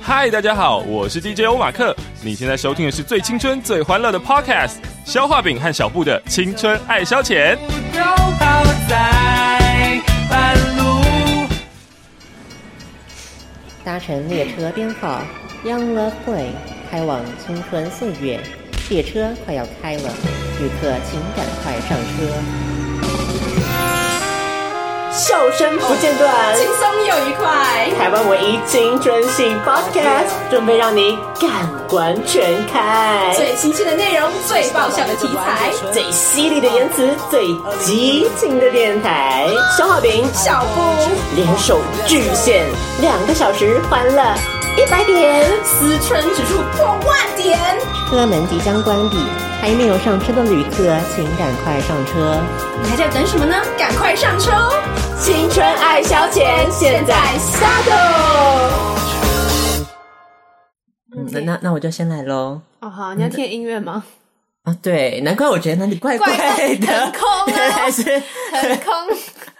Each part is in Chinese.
嗨，大家好，我是 DJ 欧马克，你现在收听的是最青春、最欢乐的 Podcast《消化饼和小布的青春爱消遣》。搭乘列车编号 Young Love Way 开往青春岁月，列车快要开了，旅客请赶快上车。笑声不间断，轻松又愉快，台湾唯一青春系 Podcast，准备让你感官全开，最新鲜的内容，最爆笑的题材，最犀利的言辞，最激情的电台，小好饼小布联手巨献两个小时，欢乐一百点。思春指数破万点，车门即将关闭，还没有上车的旅客请赶快上车。你还在等什么呢？赶快上车哦！青春爱消遣，现在下个。嗯，那那那我就先来喽。哦，好，你要听音乐吗？啊，对，难怪我觉得那里怪怪的，很空啊原来是很空。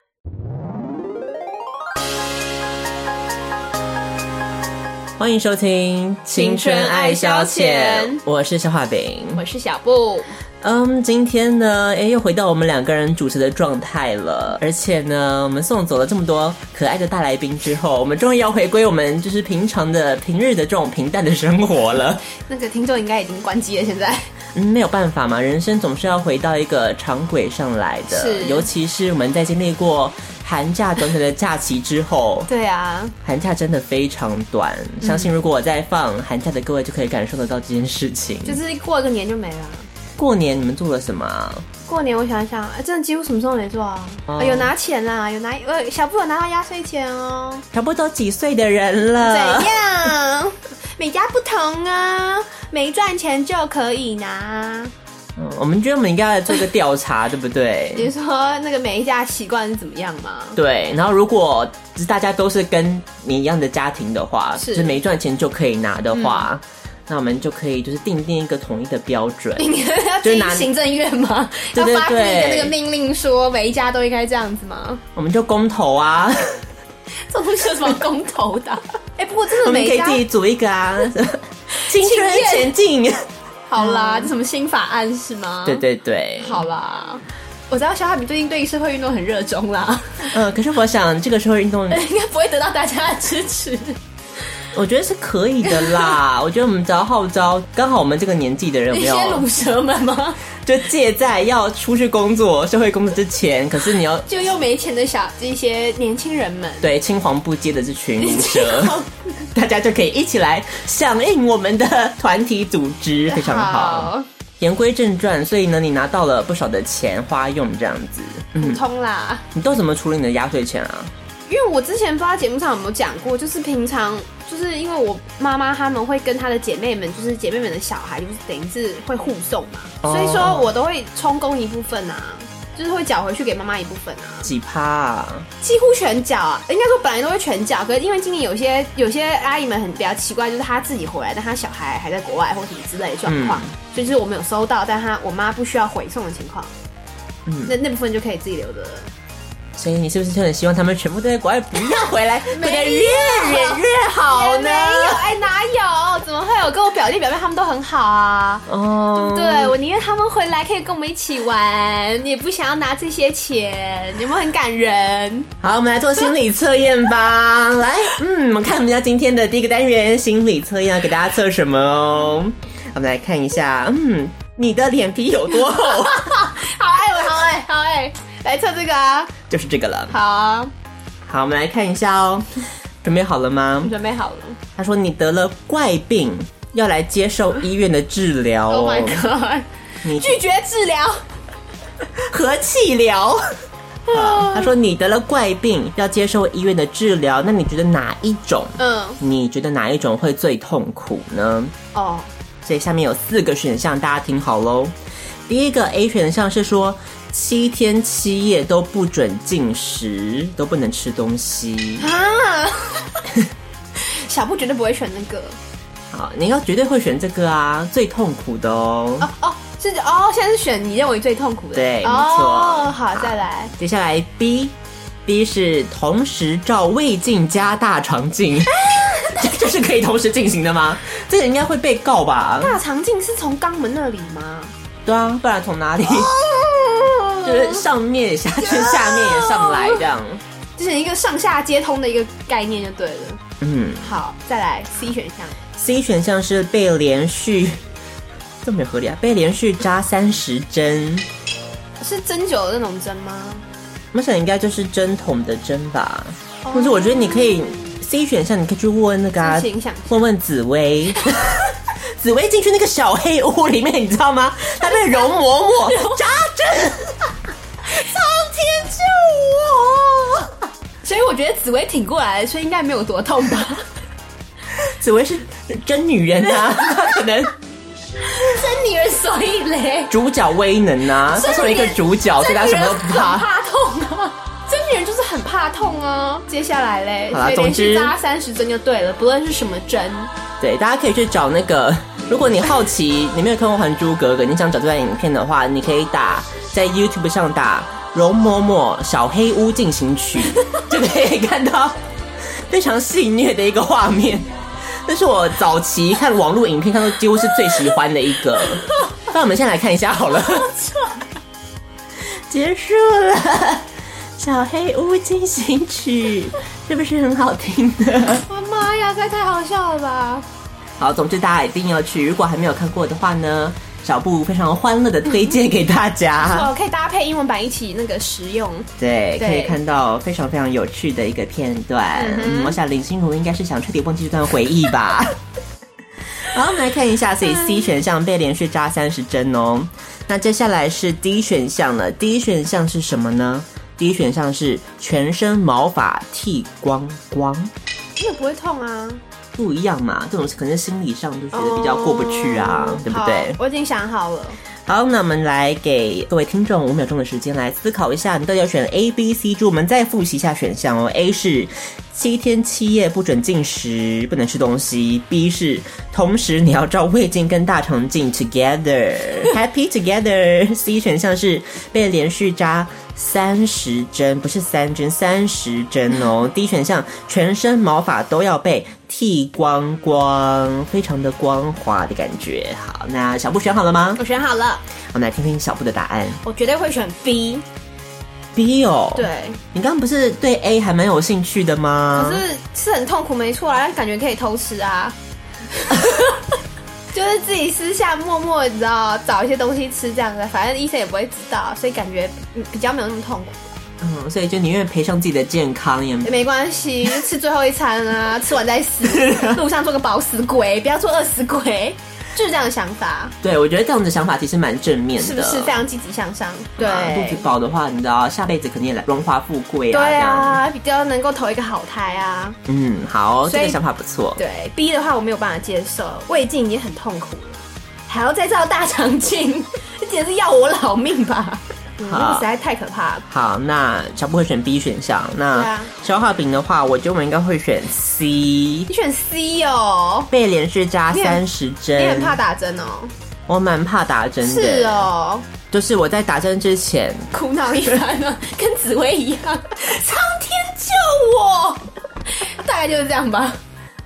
欢迎收听《青春爱消遣》，我是小画饼。我是小布，嗯，今天呢，哎，又回到我们两个人主持的状态了。而且呢，我们送走了这么多可爱的大来宾之后，我们终于要回归我们就是平常的、平日的这种平淡的生活了。那个听众应该已经关机了，现在嗯，没有办法嘛，人生总是要回到一个常轨上来的。是尤其是我们在经历过寒假短短的假期之后， 对啊，寒假真的非常短，相信如果我在放寒假的各位就可以感受得到这件事情。就是过一个年就没了。过年你们做了什么啊？过年我想一想，哎，真的几乎什么时候没做啊？哦啊有拿钱啦，有拿呃，小布有拿到压岁钱哦。差不多几岁的人了怎，样？每家不同啊，没赚钱就可以拿。嗯我们觉得我们应该来做一个调查，对不你 对？说那个每一家习惯是怎么样吗？对，然后如果就是大家都是跟你一样的家庭的话，是嗯就是没赚钱就可以拿的话，那我们就可以就是定定一个统一的标准。你要 就是进拿行政院吗？对对要发布一个那对个命令说每一家都应该这样子吗？我们就公投 啊，这东西有什么公投 的？哎、不过真的我们每可一以家自己组一个 啊，青春前进。好啦，这什么新法案是吗？嗯 对，对对，好啦。我知道小海米最近对社会运动很热衷 啦，嗯，可是我想这个社会运动应该不会得到大家的支持。我觉得是可以的 啦。我觉得我们只要号召，刚好我们这个年纪的人有一没些有卤，蛇们吗？就借在要出去工作、社会工作之前，可是你要就又没钱的小这些年轻人们，对青黄不接的这群毒 蛇青黄， 大家就可以一起来响应我们的团体组织，非常好。言归正传，所以呢，你拿到了不少的钱花用，这样子，普嗯，通啦。你都怎么处理你的压岁钱啊？因为我之前不知道节目上有没有讲过，就是平常就是因为我妈妈她们会跟她的姐妹们，就是姐妹们的小孩，就是等于是会互送嘛，哦所以说我都会充公一部分啊，就是会缴回去给妈妈一部分啊。几趴、啊？几乎全缴啊，应该说本来都会全缴，可是因为今年有些有些阿姨们很比较奇怪，就是她自己回来，但她小孩还在国外或什么之类的状况，所以就是我们有收到，但她我妈不需要回送的情况，嗯那那部分就可以自己留着了。所以你是不是就很希望他们全部都在国外，不要 回来，回来越远越好也呢没？有，哎，哪有？怎么会有？跟我表弟表妹他们都很好啊。哦，对，我宁愿他们回来可以跟我们一起玩，也不想要拿这些钱，有没有很感人？ 好，我们来做心理测验吧。 来，嗯，我们看我们家今天的第一个单元心理测验要给大家测什么哦？我们来看一下，嗯，你的脸皮有多 厚？好哎，我好哎，好哎，来测这个啊，就是这个了。好啊，好，我们来看一下哦。准备好了吗我？准备好了。他说你得了怪病，要来接受医院的治疗 Oh 哦 my。god！你 拒绝治疗，和气 疗。好啊他说你得了怪病，要接受医院的治疗，那你觉得哪一种？嗯，你觉得哪一种会最痛苦呢？哦，所以下面有四个选项，大家听好喽。第一个 A 选项是说七天七夜都不准进食，都不能吃东西。 啊，小布绝对不会选那个。好，你要绝对会选这个啊，最痛苦的哦。哦哦，是哦，现在是选你认为最痛苦的。对没错哦，好，再来。接下来 B，B 是同时照胃镜加大肠镜， 这这是可以同时进行的吗？这个应该会被告吧？大肠镜是从肛门那里吗？对啊，不然从哪里？哦就是上面也下去，下面也上来这样。就是一个上下接通的一个概念就对了。嗯好，再来 C 选项， ，C 选项是被连续，这么有合理啊？被连续扎三十针，是针灸的那种针吗？我想应该就是针筒的针吧。哦或者我觉得你可以 C 选项，你可以去问那个、啊自行想象，问问紫薇。 紫薇进去那个小黑屋里面，你知道吗？她被容嬷嬷 扎针，苍天救我！所以我觉得紫薇挺过来了，所以应该没有多痛 吧？紫薇是真女人啊，她可能真女人所以嘞，主角威能啊，她作为一个 主角，所以她什么都不很怕。怕痛啊。 真女人就是很怕痛啊。接下来嘞，好啦所以连总之续扎三十针就对了，不论是什么针。对，大家可以去找那个， 如果你好奇，你没有看过《还珠格格》，你想找这段影片的话，你可以打在 YouTube 上打《容嬷嬷小黑屋进行曲》， 就可以看到非常戏虐的一个画面。 这是我早期看网络影片看到几乎是最喜欢的一个。 那我们先来看一下好了。 结束了， 小黑屋进行曲是不是很好听的？我妈呀，这太好笑了吧！好，总之大家一定要去，如果还没有看过的话呢，小布非常欢乐的推荐给大 家。哦，可以搭配英文版一起那个使用。对，对可以看到非常非常有趣的一个片段。嗯，我想林心如应该是想彻底忘记这段回忆 吧。好，我们来看一下，所以 C 选项被连续扎三十针哦。那接下来是 D 选项了，D 选项是什么呢？D 选项是全身毛发剃光光，你也不会痛啊，不一样嘛，这种可能是心理上就觉得比较过不去啊哦对不对？好我已经想好了，好，那我们来给各位听众五秒钟的时间来思考一下，你到底要选 A、B、C、D。我们再复习一下选项哦。A 是七天七夜不准进食，不能吃东西；B 是同时你要照胃镜跟大肠镜 together，happy together。C 选项是被连续扎三十针，不是三针，三十针哦。D 选项全身毛发都要被剃光光，非常的光滑的感觉。好，那小布选好了吗？我选好了，我们来听听小布的答案。我绝对会选 B。 B 哦，，对，你刚刚不是对 A 还蛮有兴趣的吗可？是是很痛苦，没错啊，但感觉可以偷吃啊， 就是自己私下默默地你知道找一些东西吃这样子，反正医生也不会知道，所以感觉嗯比较没有那么痛苦，嗯，所以就宁愿赔上自己的健康也也没关系，就吃最后一餐 啊，吃完再死，路上做个饱死鬼，不要做饿死鬼，就是这样的想法，对，我觉得这样的想法其实蛮正面的，是不是非常积极向上？对。啊肚子饱的话，你知道下辈子肯定也来荣华富贵啊，对这样，啊，比较能够投一个好胎啊。嗯，好，所以这个想法不错。对 B 的话，我没有办法接受，胃镜已经很痛苦了，还要再照大肠镜， 这简直是要我老命吧！嗯那个实在太可怕了。好，那小布会选 B 选项，对那啊消化饼的话，我觉得我应该会选 C。你选 C 哦，被连续扎你很三十你针很，怕打针哦，我蛮怕打针的。是，哦，就是我在打针之前，苦恼一番呢， 跟紫薇一样， 苍天救我， 大概就是这样吧。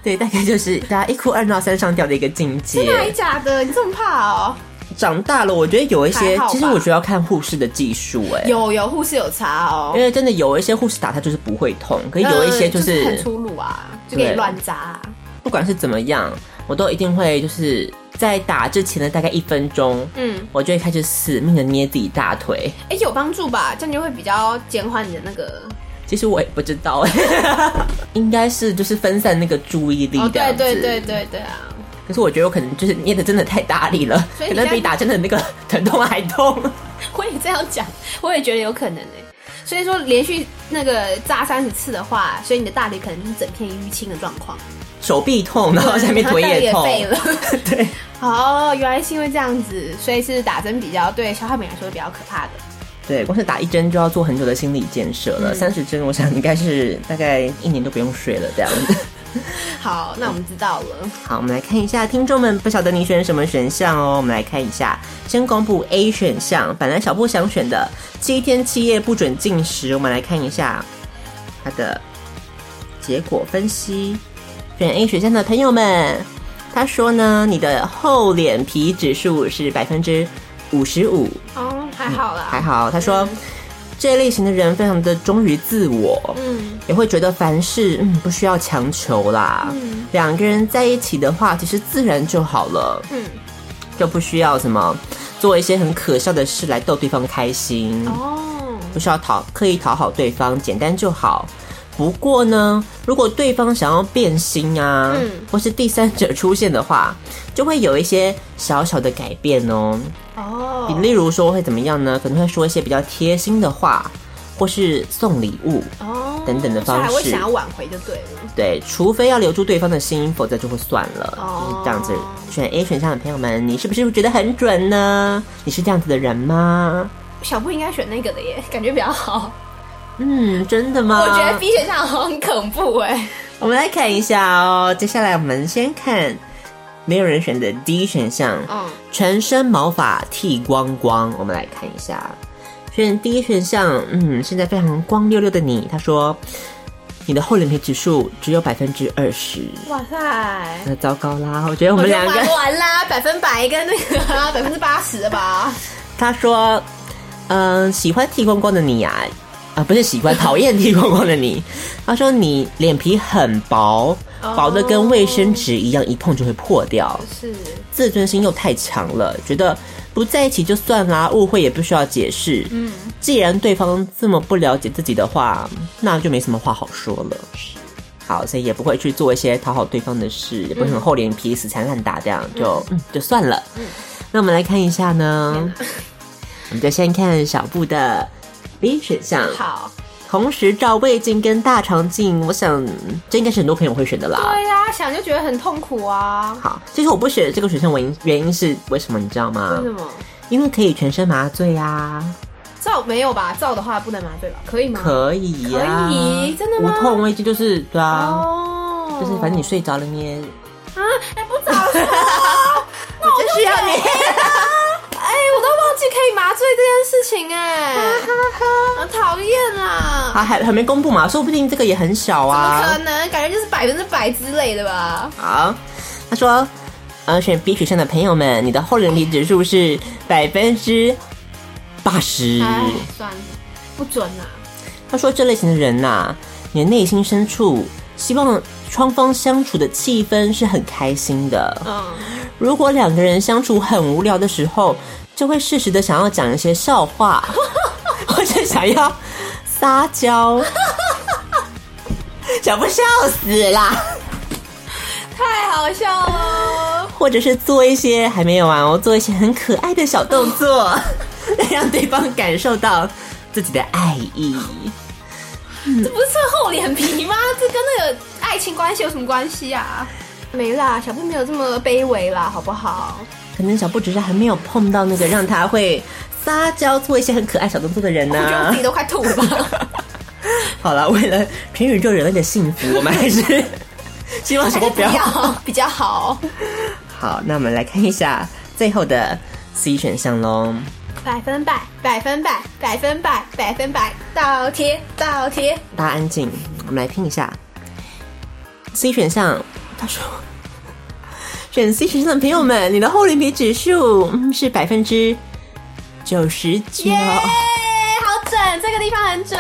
对，大概就是大家一哭二闹三上吊的一个境界。真的还啊是假的？你这么怕哦？长大了，我觉得有一些还好，吧其实我觉得要看护士的技术、哎，有有护士有查哦因，为真的有一些护士打他就是不会痛，可嗯是有一些嗯就就是是很粗鲁啊，就给你对乱扎啊、不管是怎么样，我都一定会就是在打之前的大概一分钟，嗯，我就会开始死命的捏自己大腿。哎、有帮助吧？这样就会比较减缓你的那个。其实我也不知道、哎， 应该是就是分散那个注意力哦，这样对子。对对。对对啊！ 可是我觉得我可能就是捏的真的太大力了，所以可你现能在比打针的那个 疼痛还痛。我也这样讲，我也觉得有可能哎、所以说，连续那个扎三十次的话，所以你的大腿可能就是整片淤青的状 况，手臂痛，然后下面腿也也 痛，废了。 对，哦，原来是因为这样子，所以是打针比较对消化饼来说是比较可怕的。对，光是打一针就要做很久的心理建设了。三十、针，我想应该是大概一年都不用睡了这样子。好，那我们知道了。好，我们来看一下听众们，不晓得你选什么选项哦。我们来看一下，先公布 A 选项，本来小布想选的七天七夜不准进食，我们来看一下它的结果分析。选 A 选项的朋友们。他说呢，你的厚脸皮指数是百分之五十五，哦，还好啦，嗯还好。他说，这类型的人非常的忠于自我，嗯，也会觉得凡事嗯不需要强求啦。嗯两个人在一起的话，其实自然就好了，嗯，就不需要什么做一些很可笑的事来逗对方开心。哦，不需要讨刻意讨好对方，简单就好。不过呢，如果对方想要变心啊，嗯或是第三者出现的话，就会有一些小小的改变哦。哦，例如说会怎么样呢？可能会说一些比较贴心的话，或是送礼物。哦，等等的方式所以还会想要挽回就对了。对，除非要留住对方的心，否则就会算了。嗯哦就是这样子。选 A 选项的朋友们，你是不是觉得很准呢？你是这样子的人吗？小布应该选那个的耶，感觉比较好。嗯，真的吗？我觉得 B 选项好像很恐怖哎。我们来看一下哦，接下来我们先看没有人选的第一选项，嗯，全身毛发剃光光。我们来看一下，选第一选项，嗯，现在非常光溜溜的你，他说你的厚脸皮指数只有百分之二十，哇塞，那糟糕啦！我觉得我我们觉两得个玩，完啦，百分百跟那个啊百分之八十的吧。 他说，嗯、喜欢剃光光的你啊，啊，不是喜欢，讨厌剃光光的你，他说你脸皮很薄，薄的跟卫生纸一样，一碰就会破掉。是，自尊心又太强了，觉得不在一起就算啦，误会也不需要解释。嗯，既然对方这么不了解自己的话，那就没什么话好说了。好，所以也不会去做一些讨好对方的事，也不会很厚脸皮、死缠烂打，这样就嗯就算了。那我们来看一下呢，嗯我们就先看小布的 B 选项，好，同时照胃镜跟大肠镜，我想这应该是很多朋友会选的啦。对呀、想就觉得很痛苦啊。好，其实我不选这个选项，原因原因是为什么你知道吗？为什么？因为可以全身麻醉啊，照没有吧？照的话不能麻醉吧？可以吗？可以呀、可以真的吗无痛危机就是对啊，哦，就是反正你睡着了你也，啊，哎、不早说，那我就需要你 哎我都忘记可以麻醉这件事情哎、很讨厌啦，啊还还没公布嘛，说不定这个也很小怎么可啊。能？感觉就是百分之百之类的吧？好，他说，呃，选 B 选项的朋友们，你的厚脸皮指数是百分之八十。哎，算了，不准啊啦。他说这类型的人呐、你的内心深处希望双方相处的气氛是很开心的。嗯，如果两个人相处很无聊的时候，就会适时的想要讲一些笑话，或者想要撒娇，想不笑死啦，太好笑了。或者是做一些还没有完哦，做一些很可爱的小动作，让对方感受到自己的爱意。这不是厚脸皮吗？这跟那个爱情关系有什么关系啊？没啦，小布没有这么卑微啦，好不好？可能小布只是还没有碰到那个让他会撒娇、做一些很可爱小动作的人呢、我觉得我自己都快吐了 吧。 好了，为了全宇宙人类的幸福，我们还是希望小布不要。 比较好，好，那我们来看一下最后的 C 选项喽。百分百，百分百，百分百，百分百，倒贴，倒贴，大家安静，我们来听一下 C 选项。他说， 选 C 选项的朋友们，你的厚脸皮指数嗯是百分之九十九。哎，好准，这个地方很准，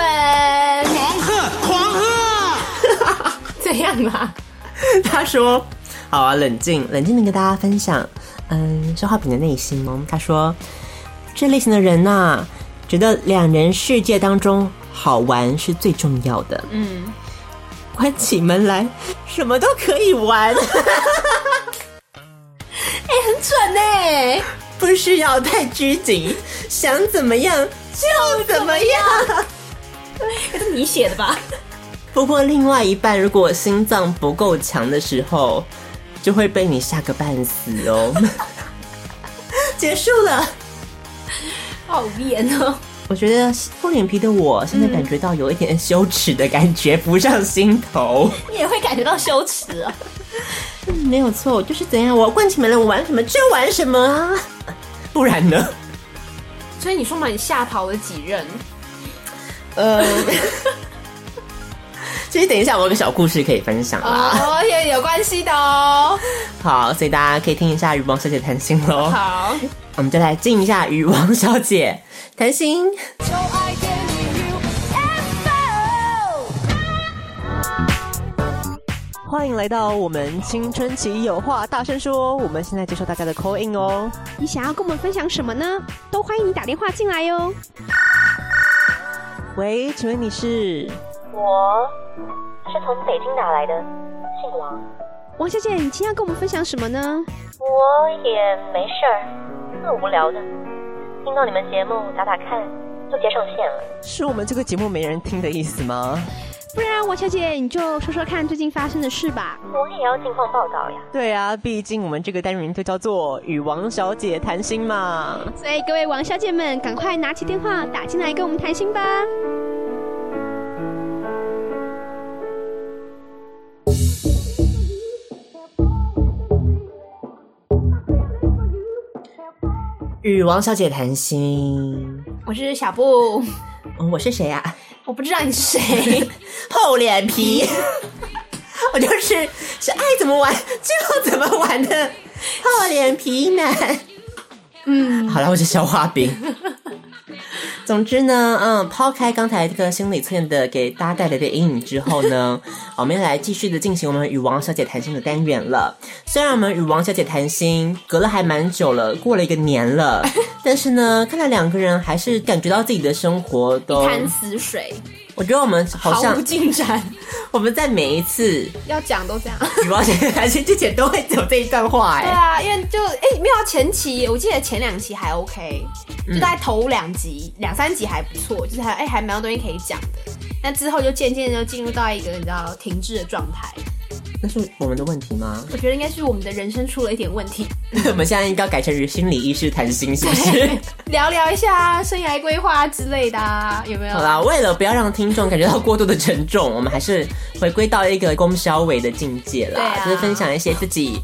狂喝， 狂喝，这样啊啦， 他说：“好啊，冷静，冷静的跟大家分享，嗯，消化饼的内心哦。”他说：“这类型的人呐、觉得两人世界当中好玩是最重要的。嗯，关起门来，什么都可以玩， 哎、很准哎、不需要太拘谨，想怎么样就怎么样。” 这是你写的吧？不过，另外一半如果心脏不够强的时候，就会被你吓个半死哦。结束了。好无言哦，我觉得厚脸皮的我，现在感觉到有一点羞耻的感觉浮上心头。你也会感觉到羞耻啊。嗯没有错，我就是怎样，我关起门来，我玩什么就玩什么啊， 不然呢？所以你说嘛，你吓跑了几任？呃，其实等一下我有个小故事可以分享啦。哦，也有关系的哦。好，所以大家可以听一下渔王小姐谈心喽。好，我们就来进一下渔王小姐谈心。就爱给你 UFO。欢迎来到我们青春期有话大声说，我们现在接受大家的 call in 哦。你想要跟我们分享什么呢？都欢迎你打电话进来哦哟。喂，请问你是？我是从北京打来的，姓王。王小姐，你今天要跟我们分享什么呢？我也没事儿，很无聊的，听到你们节目打打看，就接上线了。是我们这个节目没人听的意思吗？不然，王小姐你就说说看最近发生的事吧。我也要近况报道呀。对啊，毕竟我们这个单元就叫做与王小姐谈心嘛。嗯所哎以各位王小姐们，赶快拿起电话打进来跟我们谈心吧。与王小姐谈心， 我是小布，嗯我是谁呀、啊？ 我不知道你是谁，厚脸皮，我就是是爱怎么玩就怎么玩的厚脸皮男。嗯，好了，我是小花饼。 总之呢，嗯，抛开刚才这个心理测验的给大家带来的阴影之后呢，我们要来继续的进行我们与王小姐谈心的单元了。虽然我们与王小姐谈心隔了还蛮久了，过了一个年了，但是呢，看来两个人还是感觉到自己的生活都看死水，我觉得我们哦好毫像无进展，我们在每一次要讲都这样。举报前谈心之前都会走这一段话、对 哎、啊，因为就哎、没有啊前期，我记得前两期还 OK，就嗯大概头两集、两三集还不错，就是还哎、还蛮多东西可以讲的。但之后就渐渐就进入到一个你知道停滞的状态，那是我们的问题吗？我觉得应该是我们的人生出了一点问题。 我们现在应该改成与心理医师谈心，是不是？ 聊聊一下生涯规划之类的、啊，有没有？好啦，为了不要让听众感觉到过度的沉重，我们还是回归到一个公销委的境界啦，对啊就是分享一些自己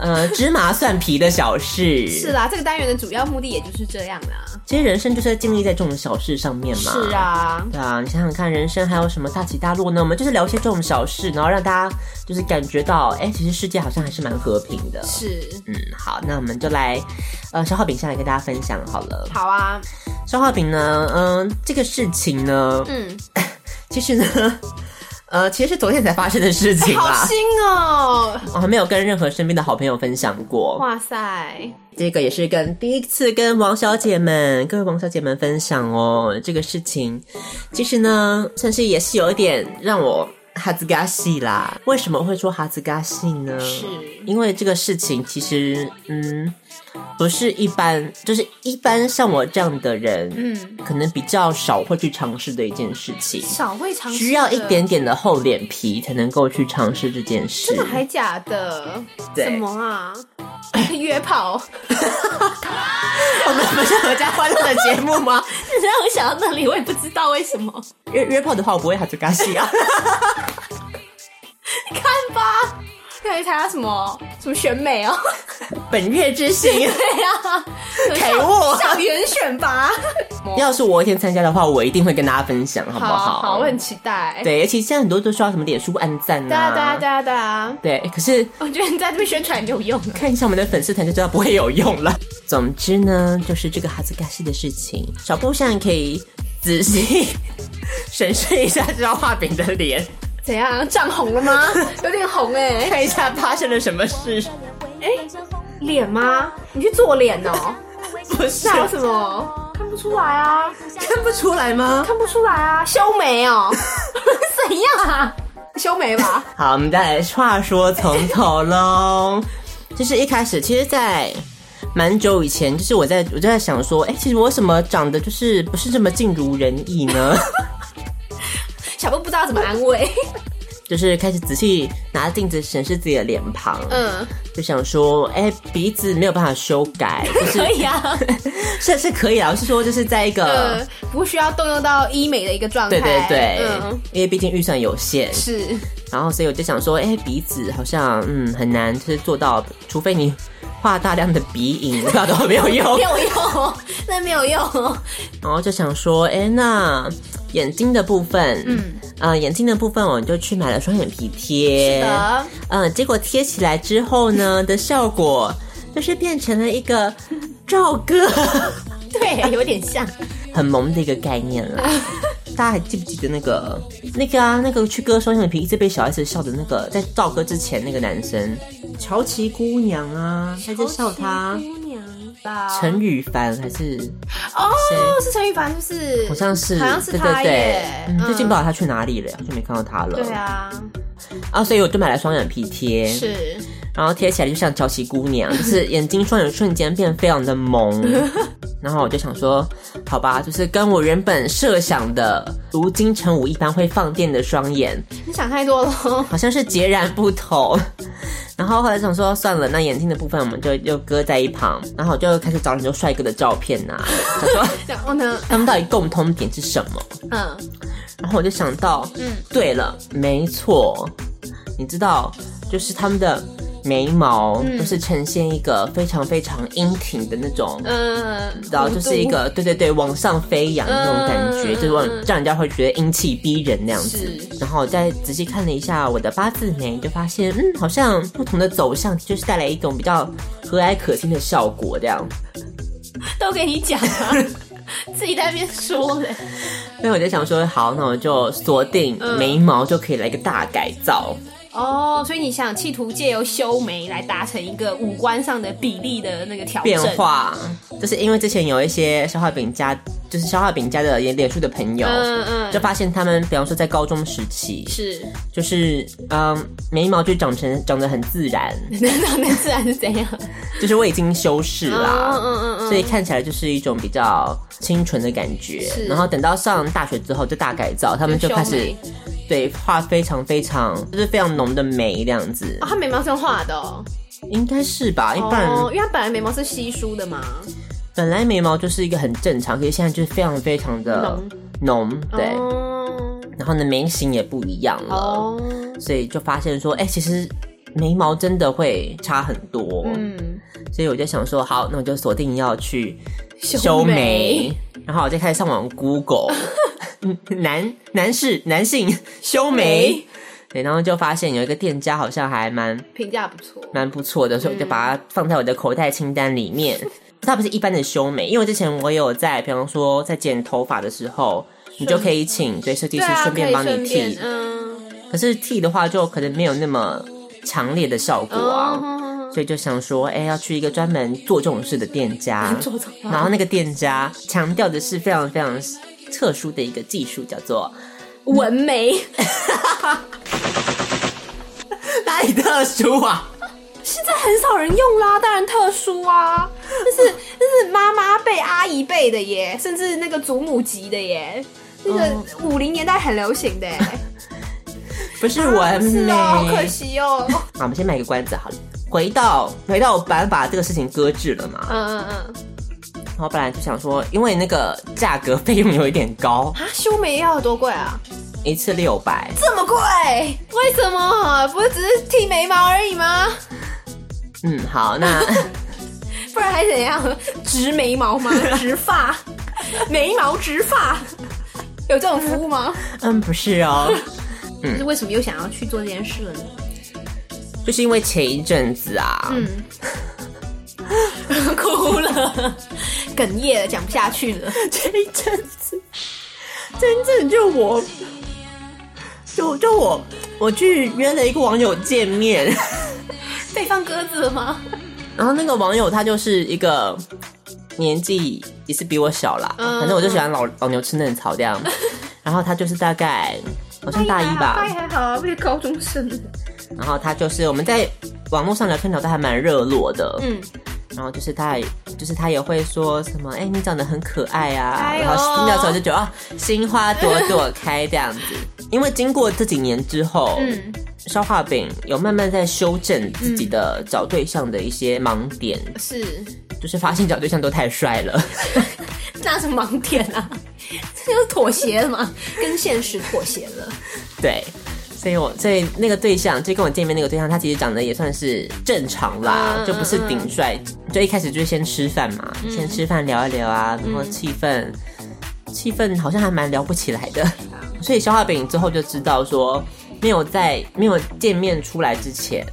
呃芝麻蒜皮的小事。是啦，这个单元的主要目的也就是这样啦。其实人生 就是在尽力在这种小事上面嘛。是。啊，对啊，你想想看，人生还有什么大起大落呢？我们就是聊一些这种小事，然后让大家就是感觉到，哎、其实世界好像还是蛮和平的。是，嗯，好，那我们就来，呃，消化饼先来跟大家分享好了。好啊，消化饼呢，嗯、这个事情呢，嗯， 其实呢，呃，其实是昨天才发生的事 情好啦，新哦，我还没有跟任何身边的好朋友分享过。哇塞，这个也是跟第一次跟王小姐们、各位王小姐们分享哦，这个事情，其实呢，算是也是有一点让我。哈兹嘎西啦，为什么会说哈兹嘎西呢？是因为这个事情其实，嗯，不是一般，就是一般像我这样的人，嗯，可能比较少会去尝试的一件事情，少会尝试，需要一点，点的厚脸皮才能够去尝试这件事真。的还假的？对什么啊？ 约 炮，我们 不是合家欢乐的节目吗？让我想到那里，我也不知道为什么。约约炮的话，我不会哈兹嘎西啊。 看吧，要去参加什么什么选美 哦？本月之星，对呀、啊，给我。校园选拔， 要是我有一天参加的话，我一定会跟大家分享，好不好好？好，我很期待。对，尤其现在很多都需要什么脸书按赞对啊，对啊，对啊，对啊。对可是我觉得你在这边宣传有用啊。看一下我们的粉丝团就知道不会有用了。 总之呢，就是这个哈兹嘎西的事情，小布现在可以仔细 审视一下这张画饼的脸， 怎样？涨红了 吗？有点红哎、看一下发生了什么事。脸吗？你去做脸 哦。不是那有什么？看不出来啊，看不出来吗？看不出来啊。修眉 哦，怎样啊？修眉吧。好，我们再来话说从头 喽。就是一开始，其实，在蛮久以前，就是我在我就在想说，哎、其实我为什么长得就是不是这么尽如人意 呢？小布不知道怎么安慰。就是开始仔细拿镜子审视自己的脸庞，嗯，就想说，哎、鼻子没有办法修 改，就是可以啊。是是可以啊，我是说就是在一个。呃，不需要动用到医美的一个状态。对对对，嗯，因为毕竟预算有限，是然后所以我就想说，哎、鼻子好像嗯很难，就是做到，除非你画大量的鼻影，不知道有没有用没。有用，那没有用。然后就想说，哎、那眼睛的部分，嗯，呃，眼镜的部分我们就去买了双眼皮是贴。的，嗯，结果贴起来之后呢的效果，就是变成了一个赵 哥对，有点像。很萌的一个概念啦。大家还记不记得那个那个啊，那个去割双眼皮一直被小 S 笑的那个，在赵哥之前那个男生，乔琪姑娘啊，还在笑他，姑娘吧陈羽凡呃还是哦谁，是陈羽凡，是不是？好像是，好像是对他对对耶，嗯最近不知吧。道他去哪里了，好久没看到他了。对啊，啊，所以我就买了双眼皮贴，是然后贴起来就像乔琪姑娘， 就是眼睛双眼瞬间变非常的萌。然后我就想说，好吧，就是跟我原本设想的如金城武一般会放电的双眼，你想太多了。 好像是截然不同。 然后后来想说，算了，那眼睛的部分我们就又搁在一旁。然后我就开始找很多帅哥的照片呐、想说然后呢，他们到底共通点是什么。嗯，然后我就想到，嗯，对了，没错，你知道，就是他们的眉毛嗯都是呈现一个非常非常英挺的那种，嗯，然后就是一个对对对往上飞扬那种感觉，嗯就是往让人家会觉得英气逼人那样子是。然后我再仔细看了一下我的八字眉，就发现，嗯，好像不同的走向就是带来一种比较和蔼可亲的效果这样。都给你讲 了，自己在那边说嘞。所以我就想说，好，那我就锁定嗯眉毛，就可以来一个大改造。哦，所以你想企图借由修眉来达成一个五官上的比例的那个调整变？化，就是因为之前有一些消化饼家，就是消化饼家的脸脸书的朋友，嗯嗯就发现他们，比方说在高中时期，是， 就是嗯眉毛就长成长得很自 然，那那自然是怎样？就是我已经修饰啦，嗯嗯嗯嗯所以看起来就是一种比较清纯的感觉是。然后等到上大学之后就大改造，他们就就修开始眉对画非常非常就是非常浓的眉这样子，哦，他眉毛是用画的哦，应该是吧？一般人哦，因为他本来眉毛是稀疏的嘛。本来眉毛就是一个很正常，可是现在就是非常非常的浓，对。呃哦然后呢，眉形也不一样了，哦，所以就发现说，哎、其实眉毛真的会差很多。嗯，所以我就想说，好，那我就锁定要去修修眉眉，然后我就开始上网 Google 男男士男性修眉眉，对，然后就发现有一个店家好像还蛮评价不错。蛮不错的，所嗯以我就把它放在我的口袋清单 里面。它不是一般的修眉，因为之前我有在，比方说在剪头发的时候，你就可以请对设计对师啊，顺便帮可以顺你剃便，嗯，可是剃的话就可能没有那么强烈的效果啊。哦，所以就想说，哎、要去一个专门做这种事的店家， 做这种然后那个店家强调的是非常非常特殊的一个技术，叫做嗯纹眉哪里特殊啊？现在很少人用啦，当然特殊啊， 那是那是妈妈辈、阿姨辈的耶，甚至那个祖母级的耶，那个五零年代很流行 的耶，不是完是美，哦，好可惜哦，好，我们先卖个关子好了。回到回到我本来把这个事情搁置了嘛，嗯嗯嗯，然后本来就想说，因为那个价格费用有一点高， 啊，修眉要有多贵啊？一次六百，这么贵？为什么？不是只是剃眉毛而已吗？嗯，好，那 不然还怎样？植眉毛 吗？植发？眉毛植发？有这种服务吗？嗯不是哦，就是为什么又想要去做这件事了呢？就是因为前一阵子啊，哭了，哽咽了，讲不下去了。 前一阵子，前一阵子就我，就就我，我去约了一个网友见面，被放鸽子了吗？然后那个网友他就是一个年纪也是比我小啦，嗯反正我就喜欢老老牛吃嫩草 这样。然后他就是大概好像大一吧，还好啊，不是高中生。然后他就是我们在网络上聊天聊得还蛮热络的，嗯，然后就是他也就是他也会说什么，哎、你长得很可爱啊，哎呦然后听到的时候就觉得啊，心花朵朵开这样子。 因为经过这几年之后，嗯，消化饼有慢慢在修正自己嗯的找对象的一些盲点，是，就是发现找对象都太帅了。 那是盲点啊，这就是妥协了嘛，跟现实妥协了。对，所以我所以那个对象，就跟我见面那个对象，他其实长得也算是正常啦，嗯就不是顶帅。就一开始就是先吃饭嘛，嗯先吃饭聊一聊啊，然后气氛。气氛好像还蛮聊不起来的， 所以消化饼之后就知道说，没有在没有见面出来之前，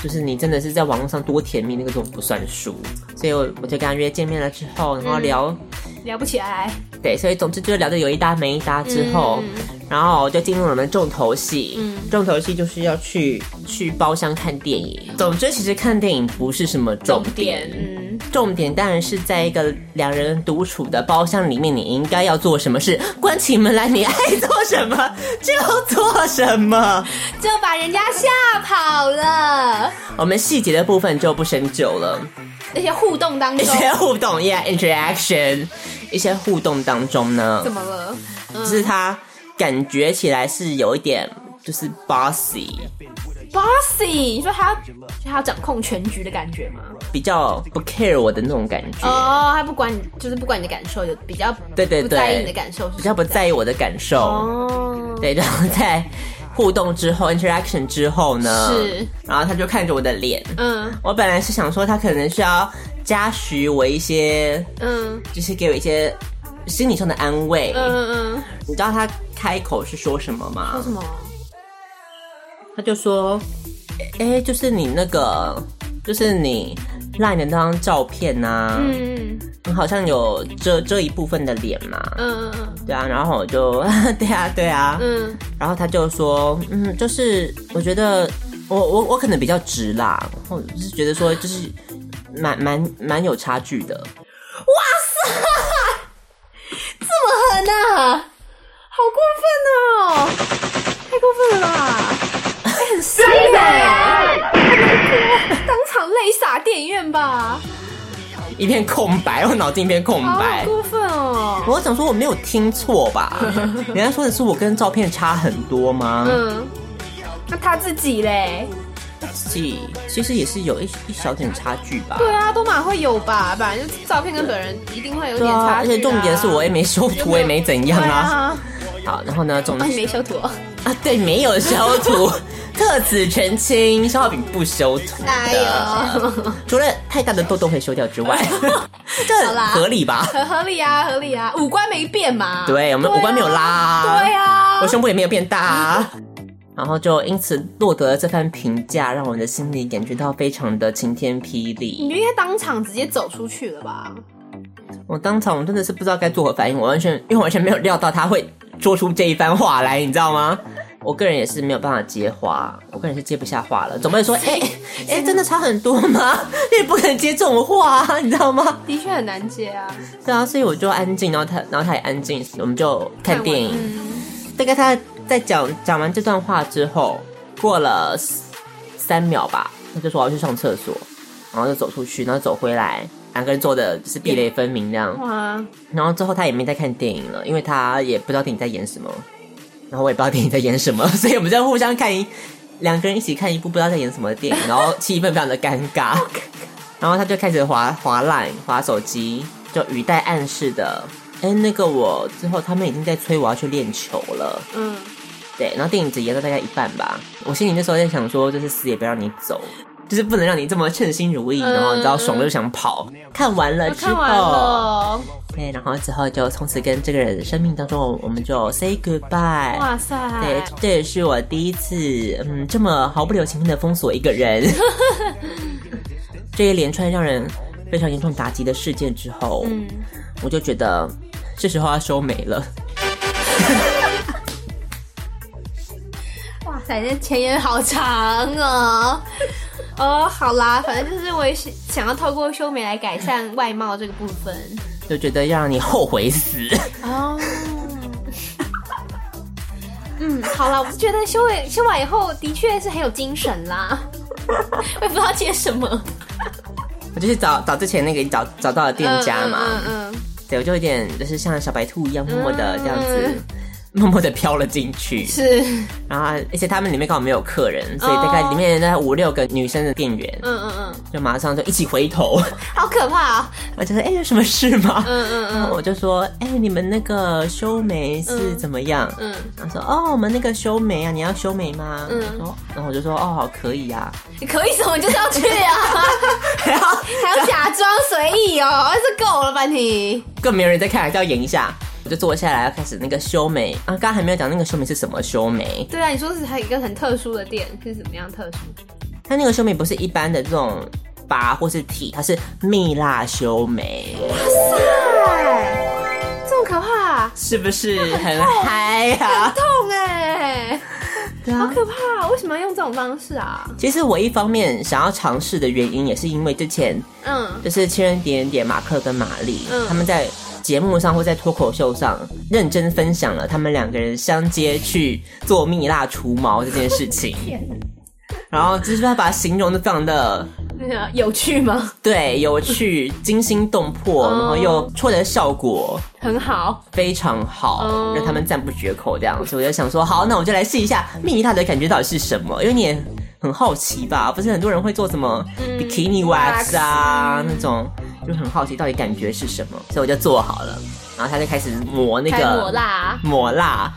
就是你真的是在网络上多甜蜜那个都不算数。所以我我就跟他约见面了之后，然后嗯聊、聊不起来，对，所以总之就是聊的有一搭没一搭之后，然后就进入了我们重头戏。重头戏就是要去去包厢看电影。总之，其实看电影不是什么重点，嗯，重点当然是在一个两人独处的包厢里面，你应该要做什么事。关起门来，你爱做什么就做什 么。就把人家吓跑了。我们细节的部分就不深究了。那些互动当一中些互动，yeah interaction，一些互动当中呢，怎么了？就是他感觉起来是有一点就是 bossy， bossy，你说他要他要掌控全局的感觉吗？比较不 care 我的那种感觉，哦，他不管你，就是不管你的感受，就比较嗯对对不对在意你的感受，比较不在意。意我的感受。哦，对， 然后在互动之后，interaction 之后呢，是，然后他就看着我的脸，嗯我本来是想说他可能是要嘉许我一些，嗯就是给我一些心理上的安慰。嗯嗯，你知道他开口是说什么吗？说什么？他就说：“哎、诶就是你那个，就是你 line 的那张照片呐、嗯你好像有遮遮一部分的脸嘛。嗯嗯对啊，然后我就 对啊，对啊，嗯然后他就说，嗯，就是我觉得我我我可能比较直啦，然后就是觉得说就是蛮蛮蛮有差距的，这么狠啊！好过分哦，太过分了吧！哎很伤哎，当场泪洒电影院吧，一片空白，我脑筋一片空好白。过分哦。我想说我没有听错 吧？人家说的是我跟照片差很多吗？嗯，那他自己嘞？其其实也是有一一小点差距吧。对啊，都蛮会有吧，反正就照片跟本人一定会有对点啊，差距、啊而且重点是我也没修图，我也没怎对样啊。啊，好，然后呢，总啊你之没修图哦，啊，对，没有修 图，特此澄清，肖浩饼不修图哎的，呦，除了太大的痘痘会修掉之 外，这好啦很合理吧？很合理啊，合理啊，五官没变嘛，对，我们啊五官没有拉，对啊，我胸部也没有变大啊。然后就因此落得了这番评价，让我的心里感觉到非常的晴天霹雳你。就应该当场直接走出去了吧？我当场我真的是不知道该作何反应，我完全因为我完全没有料到他会说出这一番话来，你知道吗？我个人也是没有办法接话，我个人是接不下话了，总不能说哎哎、欸真的差很多吗？ 你也不可能接这种话、啊，你知道吗？的确很难接啊，对啊，所以我就安静，然后他然后他也安静，我们就看电影。嗯大概他在讲讲完这段话之后，过了三秒吧，他就说我要去上厕所，然后就走出去，然后走回来，两个人坐的就是壁垒分明这样。嗯哇，然后之后他也没再看电影了，因为他也不知道电影在演什么，然后我也不知道电影在演什么，所以我们就互相看一两个人一起看一部不知道在演什么的电影，然后气氛非常的尴 尬。然后他就开始滑滑 line 滑手机，就语带暗示的，哎，那个我之后他们已经在催我要去练球了，嗯，对，然后电影只演到大概一半吧，我心里那时候在想说，就是死也不要让你走。就是不能让你这么称心如意，然后你知道爽了就想跑。嗯看完了我之哦看后，完了，对，然后之后就从此跟这个人的生命当中，我们就 say goodbye。哇塞，对，这也是我第一次，嗯，这么毫不留情面的封锁一个人。 这一连串让人非常严重打击的事件之后，嗯，我就觉得是时候要收尾了。哇塞，这前言好长哦。哦，好啦，反正就是我也是想要透过修眉来改善外貌这个部分。就觉得要让你后悔死，哦， 嗯，好啦，我是觉得修尾修完以后的确是很有精神啦，我也不知道接什么我就去找找之前那个找找到的店家嘛，嗯嗯嗯对我就有点就是像小白兔一样，默默的这样子，嗯默默的飘了进去。是，然后，而且他们里面刚好没有客人，所以大概里面大概五六个女生的店员，嗯嗯嗯，就马上就一起回头， 好可怕啊、我就说：“哎、有什么事吗？”嗯嗯然后嗯我就说：“哎、你们那个修眉是怎么样？”嗯，他说：“哦，我们那个修眉啊，你要修眉吗？”嗯我说然后我就说：“哦，好，可以啊。 你可以什么就是要去啊，然后还要假装随意哦，这够了吧你？更没有人在看，还是要演一下。我就坐下来要开始那个修眉啊。刚刚还没有讲那个修眉是什么修眉，对啊，你说是还有一个很特殊的店是怎么样特殊？它那个修眉不是一般的这种拔或是剃，它是蜜蜡修眉，这么可怕、啊是不是很嗨 啊？痛哎、对啊好可怕、为什么要用这种方式啊？其实我一方面想要尝试的原因，也是因为之前嗯，就是亲人点点马克跟玛丽，嗯他们在节目上或在脱口秀上认真分享了他们两个人相接去做蜜蜡除毛这件事情。然后就是他把它形容的非常的那个有趣吗？哦对有趣、惊心动魄，然后又出来的效果很好，非常好，嗯让他们赞不绝口这样。所以我就想说，好，那我就来试一下蜜蜡的感觉到底是什么，因为你也很好奇吧？不是很多人会做什么嗯 bikini wax 啊、那种，就很好奇到底感觉是什么，所以我就做好了。然后他就开始磨那开个抹蜡啊，抹蜡。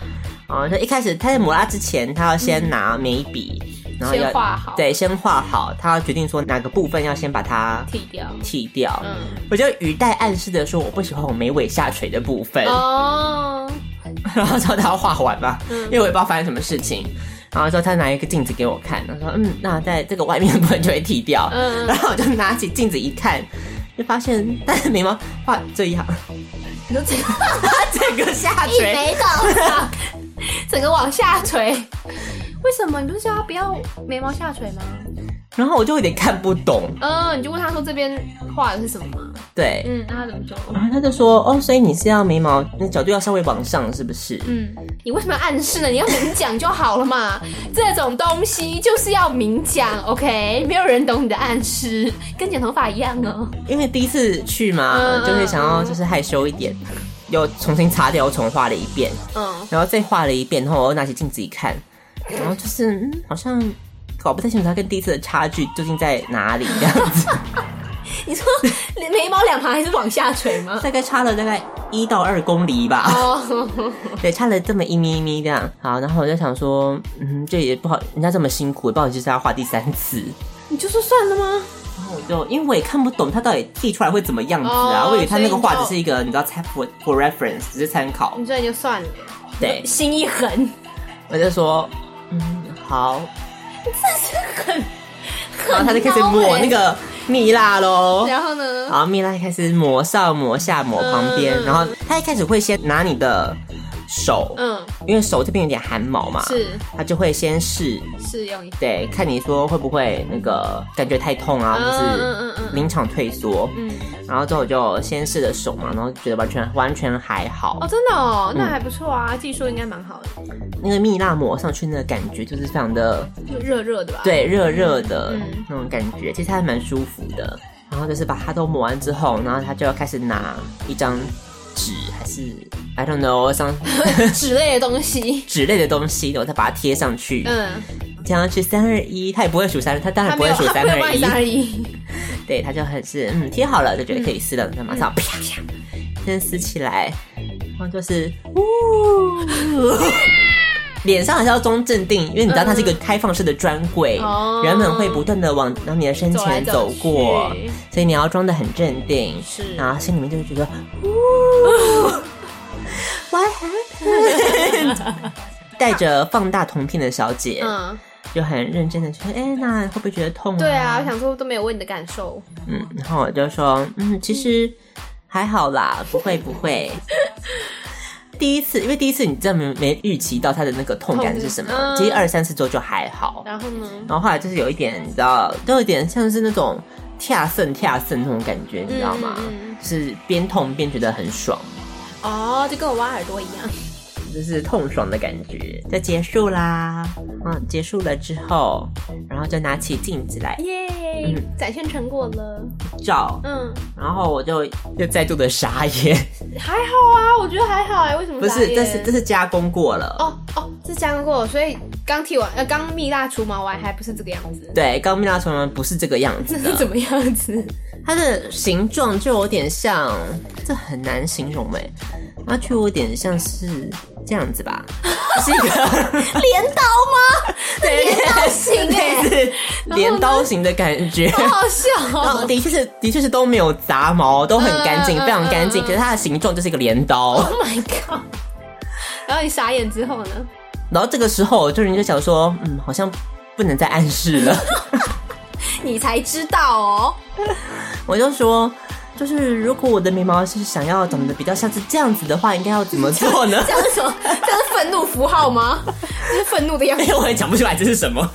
哦，就一开始他在抹蜡之前，他要先拿眉笔，然后要先画好对，先画好，他要决定说哪个部分要先把它剃掉。剃掉。嗯，我就语带暗示的说，我不喜欢我眉尾下垂的部分。哦，嗯然后之后他要画完吧，因为我也不知道发生什么事情。然后之后他拿一个镜子给我看，他说：“嗯，那在这个外面的部分就会剃掉。”嗯然后我就拿起镜子一看，就发现但是眉毛 画这一行，你说整个整个下一垂。眉倒整个往下垂，为什么？你不是叫他不要眉毛下垂吗？然后我就有点看不懂，嗯，你就问他说这边画的是什么吗？对。嗯，那他怎么做？然后他就说：“哦，所以你是要眉毛那角度要稍微往上，是不是？”嗯，你为什么要暗示呢？你要明讲就好了嘛。这种东西就是要明讲，OK？没有人懂你的暗示，跟剪头发一样哦。因为第一次去嘛，嗯嗯就会想要就是害羞一点，又重新擦掉，又重画了一遍。嗯，然后再画了一遍，然后我又拿起镜子一看，然后就是嗯，好像搞不太清楚它跟第一次的差距究竟在哪里，这样子， 你说眉毛两旁还是往下垂 吗？大概差了大概一到二公里吧，哦， 对，差了这么一咪咪这样。好，然后我就想说，嗯，这也不好，人家这么辛苦，也不好意思要画第三次。你就说算了吗？然后我就因为我也看不懂它到底剃出来会怎么样子啊，哦我以为它那所以你个就画只是一个你知道参 for for reference，只是参考嗯你。这就算了，对，心一横，我就说，嗯，好。然后他就开始很抹孬欸那个蜜蜡喽。然后呢？然后蜜蜡开始抹上、抹下、抹旁边，嗯然后他一开始会先拿你的手，嗯，因为手这边有点汗毛嘛，是他就会先试，试用一下。对，看你说会不会那个感觉太痛啊，嗯或嗯是嗯嗯临场退缩，嗯，然后之后我就先试了手嘛，然后觉得完全完全还好哦，，真的哦，那还不错啊，技术应该蛮好的，那个蜜蜡抹上去那个感觉就是非常的就嗯热热的吧？，对，热热的、嗯那种感觉，其实还蛮舒服的。然后就是把它都抹完之后，然后他就要开始拿一张纸还是 I don't know 像纸类的东西。纸类的东西，然后再把它贴上去。嗯，贴上去三二一，他也不会数三，他当然他不没会有，他数三没有二帮一你，而已。 对，他就很是嗯贴好了就觉得可以撕了，那、马上嗯啪啪先撕起来，然后就是呜。 脸上还是要装镇定，因为你知道它是一个开放式的专柜，哦人们会不断的往往你的身前走过走来走去，所以你要装的很镇定，是然后心里面就会觉得，呜 ，What happened？带 着放大铜片的小姐，嗯，就很认真的说，哎、那会不会觉得痛、啊？对啊，我想说都没有问你的感受。嗯，然后我就说，嗯，其实还好啦，不会不会。 第一次，因为第一次你真的没没预期到它的那个痛感是什么，痛嗯嗯其实二三次之后就还好。然后呢？然后后来就是有一点，你知道，都有点像是那种跳肾跳肾那种感觉，你知道吗？嗯就是边痛边觉得很爽，哦，就跟我挖耳朵一样。就是痛爽的感觉。就结束啦，嗯，结束了之后，然后就拿起镜子来耶、嗯展现成果了。照，嗯，然后我就又再度的傻眼。还好啊，我觉得还好哎、为什么不眨眼？是，这是这是加工过了。哦哦，是粘过，所以刚剃完呃，刚蜜蜡除毛完还不是这个样子，对，刚蜜蜡虫人不是这个样子这是的，怎么样 子？它的形状就有点像，这很难形容哎、它就有点像是这样 子吧，是一个镰刀吗？对 刀型哎 类似镰刀型的感觉。好好笑哦、哦，的确是，的确是都没有杂毛，都很干净，嗯嗯非常干净。可是它的形状就是一个镰刀。 Oh my god！然后你傻眼之后呢？然后这个时候，就是你就想说，嗯，好像不能再暗示了。你才知道哦。我就说，就是如果我的眉毛是想要长得比较像是这样子的话，应该要怎么做 呢？这样是什么？这样是愤怒符号 吗？这是愤怒的样因子为。哎我也讲不出来这是什 么，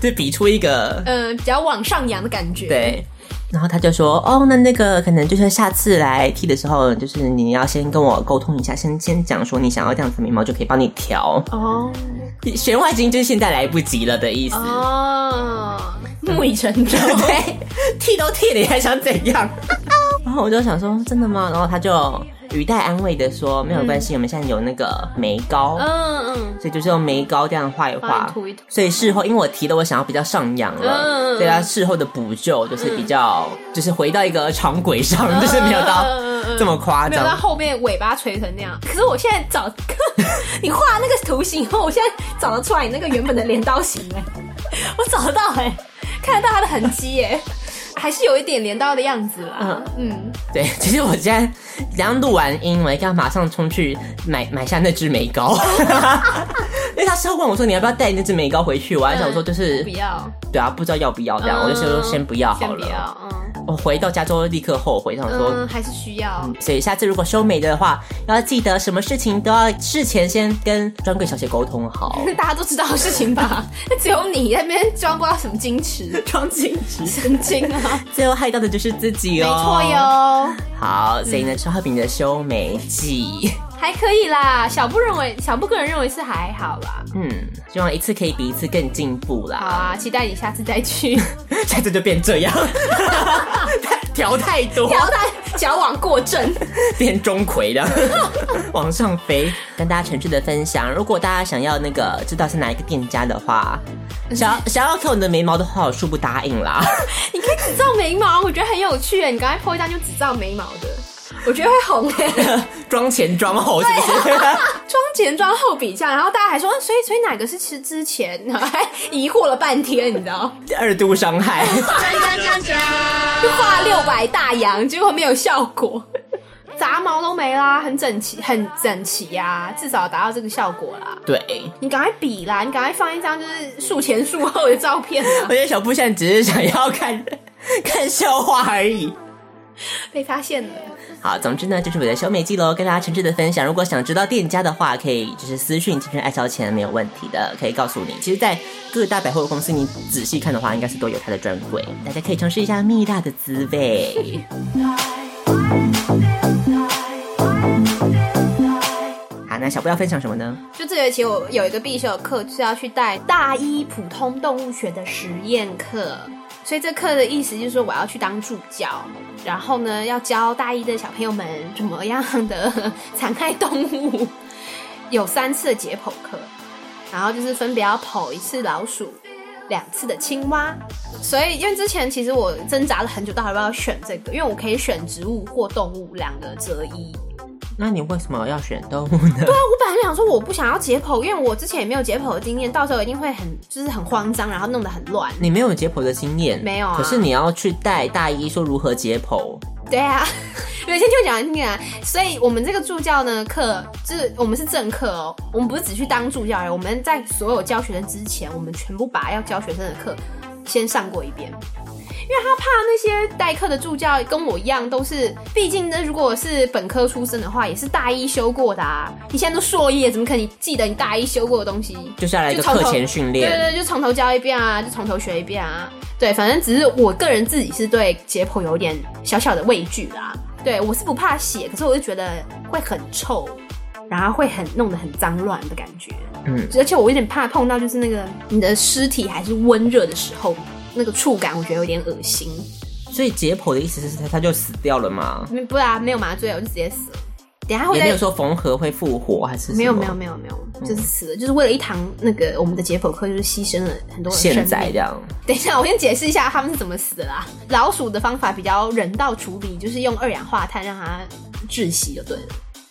就比出一个嗯，比较往上扬的感觉。，对。然后他就说：“哦，那那个可能就是下次来剃的时候，就是你要先跟我沟通一下，先先讲说你想要这样子的眉毛，就可以帮你调。哦弦外之音就是现在来不及了的意思。哦，木已成 舟。对，剃都剃了，你还想怎 样？然后我就想说，真的吗？然后他就语带安慰的说，没有关系，我们现在有那个眉膏。嗯嗯，所以就是用眉膏这样画一帮画你涂一涂，所以事后因为我提了我想要比较上扬了，嗯所以他事后的补救就是比较、就是回到一个常轨上，就是没有到嗯嗯嗯嗯这么夸没有张。到后面尾巴垂成那样。可是我现在找 你画那个图形以后，我现在找得出来你那个原本的镰刀形哎、 我找得到哎、看得到它的痕迹哎、还是有一点镰刀的样子啦。嗯，对， 其实我现在刚录完音，我应该马上冲去买买下那支眉 膏，因为他事后问我说你要不要带那支眉膏回去，我还想说就是不嗯要，对啊，不知道要不要这样，我就说嗯先不要先好不了。要，嗯我回到家之后立刻后悔，想说、嗯，还是需要。所以下次如果修眉的话，要记得什么事情都要事前先跟专柜小姐沟通好。大家都知道的事情 吧？那只有你在那边装不知道什么矜持，装矜持，神经啊！最后害到的就是自己没哦。错。哟，好，所以呢，刷饼的修眉记，还可以啦。小布认为，小布个人认为是还好啦。嗯，希望一次可以比一次更进步好啦。啊，期待你下次再去下次就变这样， 调太多，调蛋矫枉过正。变钟馗的， 往上飞。跟大家诚挚的分享，如果大家想要那个知道是哪一个店家的话，嗯想要想要看我的眉毛的话，我恕不答应啦。 你可以只照眉毛，我觉得很有趣耶。你刚才 po 一张就只照眉毛的，我觉得会红 耶。妆前妆后是不是？啊妆前妆后比较，然后大家还说，嗯所以所以哪个是吃之前？然后还疑惑了半天，你知道？ 二度伤害，就画六百大洋，结果没有效果，杂毛都没啦，很整齐，很整齐呀、至少达到这个效果啦。对。你赶快比啦，你赶快放一张就是术前术后的照片 我 啊！觉得小布现在只是想要看看笑话而已。被发现了，好，总之呢，这是我的小美记喽，跟大家诚挚的分享。如果想知道店家的话，可以就是私讯“青春爱消遣”没有问题的，可以告诉你。其实，在各大百货公司，你仔细看的话，应该是都有它的专柜，大家可以尝试一下蜜蜡的滋味。好，那小布要分享什么呢？就这学期我有一个必修的课就是要去带大一普通动物学的实验课，所以这课的意思就是说我要去当助教，然后呢要教大一的小朋友们怎么样的残害动物，有三次的解剖课，然后就是分别要剖一次老鼠，两次的青蛙。所以，因为之前其实我挣扎了很久，到底要不要选这个，因为我可以选植物或动物两个择一。那你为什么要选动物呢？ 对啊，我本来想说我不想要解剖，因为我之前也没有解剖的经验，到时候一定会很就是很慌张，然后弄得很乱。你没有解剖的经验，没有啊可是你要去带大一说如何解剖，对啊， 有先听我讲完听啊。所以我们这个助教呢课，就是我们是正课哦，我们不是只去当助教而已。我们在所有教学生之前，我们全部把要教学生的课先上过一遍。因为他怕那些代课的助教跟我一样，都是，毕竟呢，如果我是本科出身的话，也是大一修过的啊。你现在都硕一了，怎么可能记得你大一修过的东西？就是要来一个就从课头前训对练。对对，就从头教一遍啊，就从头学一遍啊。对，反正只是我个人自己是对解剖有点小小的畏惧啦。对我是不怕血，可是我就觉得会很臭，然后会很弄得很脏乱的感觉。嗯，而且我有点怕碰到就是那个你的尸体还是温热的时候，那个触感我觉得有点恶心。所以解剖的意思是他他就死掉了嘛？没不啊，没有麻醉，我就直接死了。等一下会也再没有说缝合会复活还是什么没有没有没有没有，就是死了，就是为了一堂那个我们的解剖课，就是牺牲了很多人生现命在这样等一下，我先解释一下他们是怎么死的啦。老鼠的方法比较人道处理，就是用二氧化碳让它窒息就对了。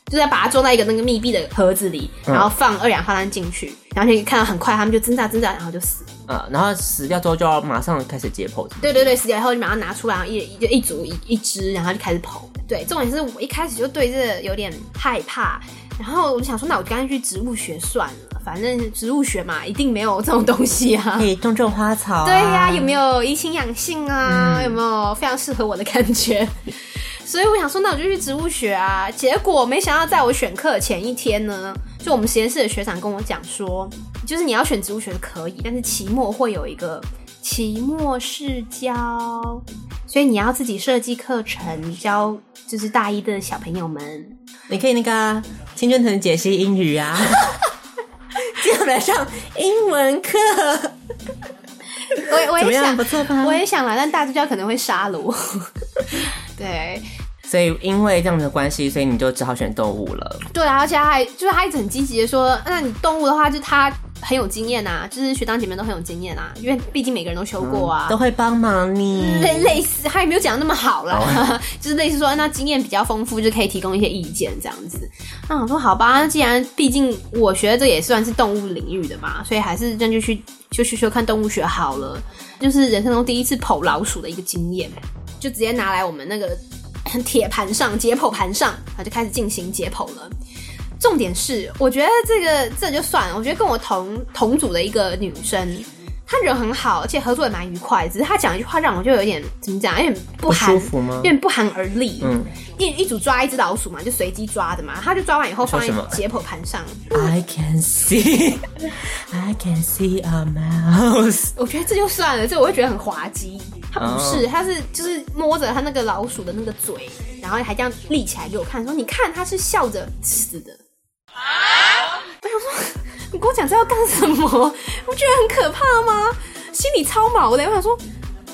就再把它装在一个那个密闭的盒子里，嗯然后放二氧化碳进去，然后你看到很快他们就挣扎挣扎，然后就死了。呃，然后死掉之后就要马上开始解剖，对对对，死掉以后你马上拿出来，然后一一就一组一一只，然后就开始剖。对，重点是我一开始就对这个有点害怕，然后我就想说，那我干脆去植物学算了，反正植物学嘛，一定没有这种东西啊可。以种种花草、啊。对呀、有没有怡情养性啊？嗯有没有非常适合我的感觉？ 所以我想说，那我就去植物学啊。结果没想到，在我选课前一天呢，就我们实验室的学长跟我讲说，就是你要选植物学可以，但是期末会有一个期末试教，所以你要自己设计课程教，就是大一的小朋友们。你可以那个啊青春藤解析英 语啊，今天我们来上英 文课，我也我怎么也样？想不，错吧？我也想来，但大助教可能会杀了我。 对，所以因为这样的关系，所以你就只好选动物了。对啊，而且他还就是他一直很积极的说，那你动物的话，就他很有经验呐、就是学长姐妹都很有经验啊，因为毕竟每个人都修过啊。嗯都会帮 忙你。类类似，他也没有讲得那么好啦， 就是类似说，那经验比较丰富，就可以提供一些意见这样子。那我说好吧，那既然毕竟我学的这也算是动物领域的嘛，所以还是那就去就去学看动物学好了，就是人生中第一次剖老鼠的一个经验，就直接拿来我们那个 铁盘上解剖盘上，然后就开始进行解剖了。重点是，我觉得这个这就算了，我觉得跟我同同组的一个女生。她人很好，而且合作也蛮愉快。只是她讲一句话让我就有点怎么讲，有点不不寒，舒服吗有点不寒而栗。嗯一一组抓一只老鼠嘛，就随机抓的嘛。她就抓完以后说放在什么解剖盘上， I can see, I can see a mouse。我觉得这就算了，这我会觉得很滑稽。他不是，他是就是摸着他那个老鼠的那个嘴，然后还这样立起来给我看，说你看他是笑着死的。我想说，你跟我讲这要干什么？不觉得很可怕吗？心里超毛的。我想说，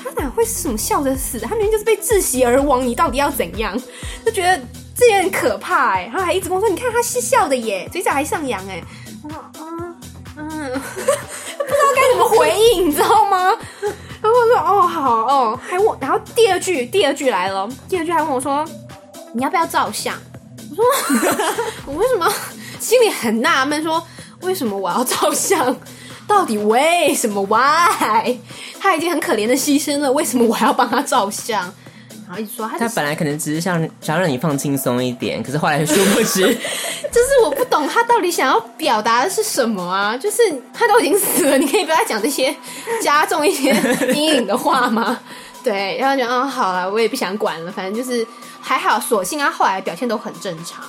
他哪会是什么笑着死的？他明明就是被窒息而亡，你到底要怎样？就觉得这也很可怕哎、然后还一直跟我说，你看他是笑的耶，嘴角还上扬哎、我说嗯嗯。 该怎么回应，你知道吗？ 然后我说哦好哦，还问，然后第二句第二句来了，第二句还问我说你要不要照相？ 我说我为什么心里很纳闷，说为什么我要照相？到底为什么？Why？他已经很可怜的牺牲了，为什么我还要帮他照相？然后一直说 他他就是本来可能只是想想要让你放轻松一点，可是后来殊不知，就是我不懂他到底想要表达的是什么啊！就是他都已经死了，你可以不要再讲这些加重一些阴影的话吗？对，然后就嗯，好了，我也不想管了，反正就是还好，所幸他后来表现都很正常，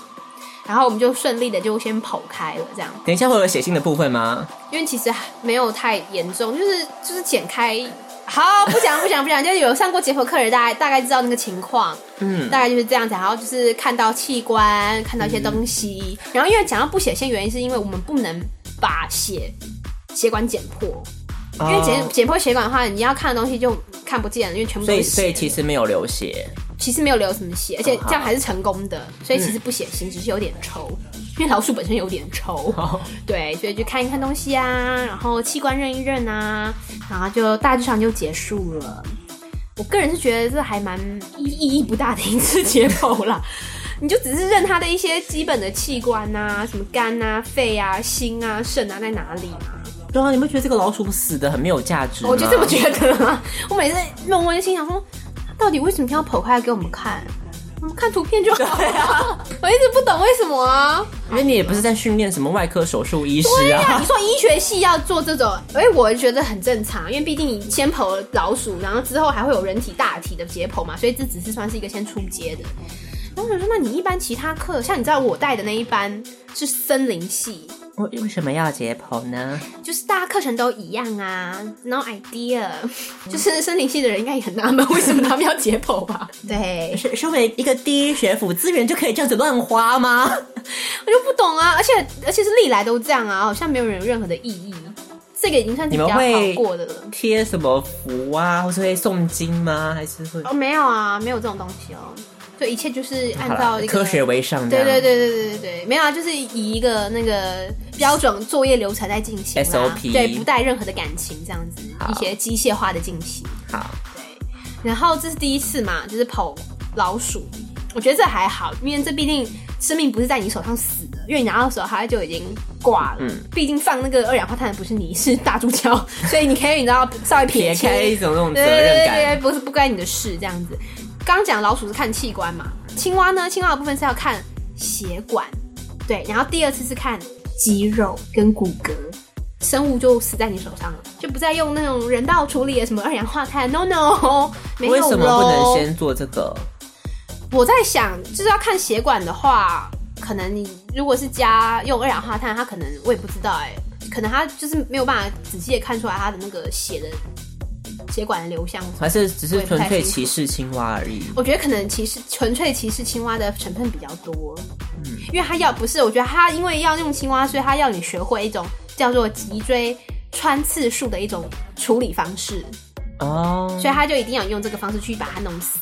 然后我们就顺利的就先剖开了，这样，等一下会有写信的部分吗？因为其实没有太严重，就是就是剪开。 好，不讲不讲不讲，就是有上过解剖课的人，大概大概知道那个情况。嗯，大概就是这样子，然后就是看到器官，看到一些东西，嗯然后因为讲到不血腥，原因是因为我们不能把血血管剪破，因为剪哦剪破血管的话，你要看的东西就看不见了，因为全部所都以是所以血。其实没有流血，其实没有流什么血，而且这样还是成功的，所以其实不血腥，只是有点臭，因为老鼠本身有点臭。哦对，所以就看一看东西啊，然后器官认一认啊，然后就大致上就结束了。我个人是觉得这还蛮意意义不大的一次解剖啦， 你就只是认它的一些基本的器官啊，什么肝啊、肺啊、心啊、肾啊在哪里啊，对啊，你不觉得这个老鼠死的很没有价值吗？哦我就这么觉得啦。我每次弄温馨想说，到底为什么要剖开来给我们看？我们看图片就好了、 我一直不懂为什么啊。因为你也不是在训练什么外科手术医师对啊，啊你。说医学系要做这种，因为我觉得很正常，因为毕竟你先剖了老鼠，然后之后还会有人体大体的解剖嘛，所以这只是算是一个先出街的。然后我想说，那你一般其他课，像你知道我带的那一班是森林系，我 为什么要解剖呢？就是大家课程都一样啊，no idea。就是 森林系的人应该也很纳闷，为什么他们要解剖 吧？对，是身为一个第一学府资源就可以这样子乱花吗？我就不懂啊，而且而且是历来都这样啊，好像没有人有任何的异议。这个已经算是你比们较好会过的了。贴什么符啊，或是会诵经吗？还是会哦，没有啊，没有这种东西哦，就一切就是按好照啦一个科学。为上这对对样？对对对对对，没有啊，就是以一个那个标准作业流程在进行啦 SOP 对，不带任何的感情这样子，好一些机械化的进行。好，然后这是第一次嘛，就是剖老鼠，我觉得这还好，因为这毕竟生命不是在你手上死的，因为你拿到手它就已经挂了。嗯毕竟放那个二氧化碳的不是你，是大猪胶，所以你可以你知道稍微撇撇清开一种那种责对对任对感，对，不是不关你的事这样子。刚讲老鼠是看器官嘛，青蛙呢，青蛙的部分是要看血管，对，然后第二次是看肌肉跟骨骼。生物就死在你手上了，就不再用那种人道处理的什么二氧化碳，no no，没有 为什么不能咯先做这个？我在想，就是要看血管的话，可能你如果是加用二氧化碳，它可能我也不知道哎、可能它就是没有办法仔细的看出来它的那个血的血管的流向。还是只是纯我也不粹太清楚歧视青蛙而已？我觉得可能歧视纯粹歧视青蛙的成分比较多，嗯因为它要不是，我觉得它因为要用青蛙，所以它要你学会一种叫做脊椎穿刺术的一种处理方式。哦，所以他就一定要用这个方式去把它弄死。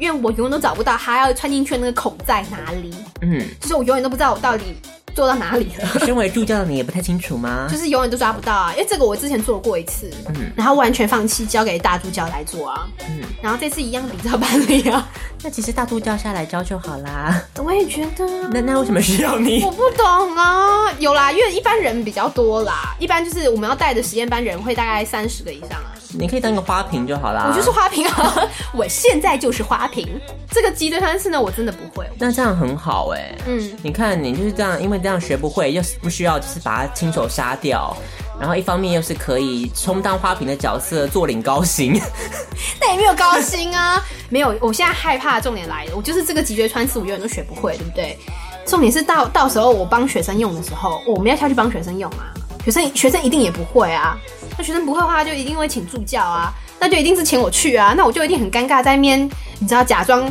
因为我永远都找不到他要穿进去的那个孔在哪里，嗯，就是我永远都不知道我到底做到哪里 了，身为助教的你也不太清楚吗就？是永远都抓不到啊。因为这个我之前做过一次，嗯然后完全放弃交给大助教来做啊，嗯然后这次一样比照办理啊。那其实大助教下来教就好啦。我也觉得啊，那那为什么需要你我？不懂啊，有啦，因为一般人比较多啦，一般就是我们要带的实验班人会大概三十个以上啊。 你可以当个花瓶就好啦。我就是。花瓶啊，我现在就是花瓶。这个脊椎穿刺呢，我真的不会。那这样很好哎、嗯，你看，你就是这样，因为这样学不会，又是不需要，就是把它亲手杀掉。然后一方面又是可以充当花瓶的角色，坐领高薪。 但也没有高薪啊。 没有，我现在害怕的重点来了，我就是这个脊椎穿刺，我永远都学不会，对不对？重点是到到时候我帮学生用的时候，我们要下去帮学生用啊。学生学生一定也不会啊，那学生不会的话，就一定会请助教啊，那就一定是请我去啊，那我就一定很尴尬，在面你知道假装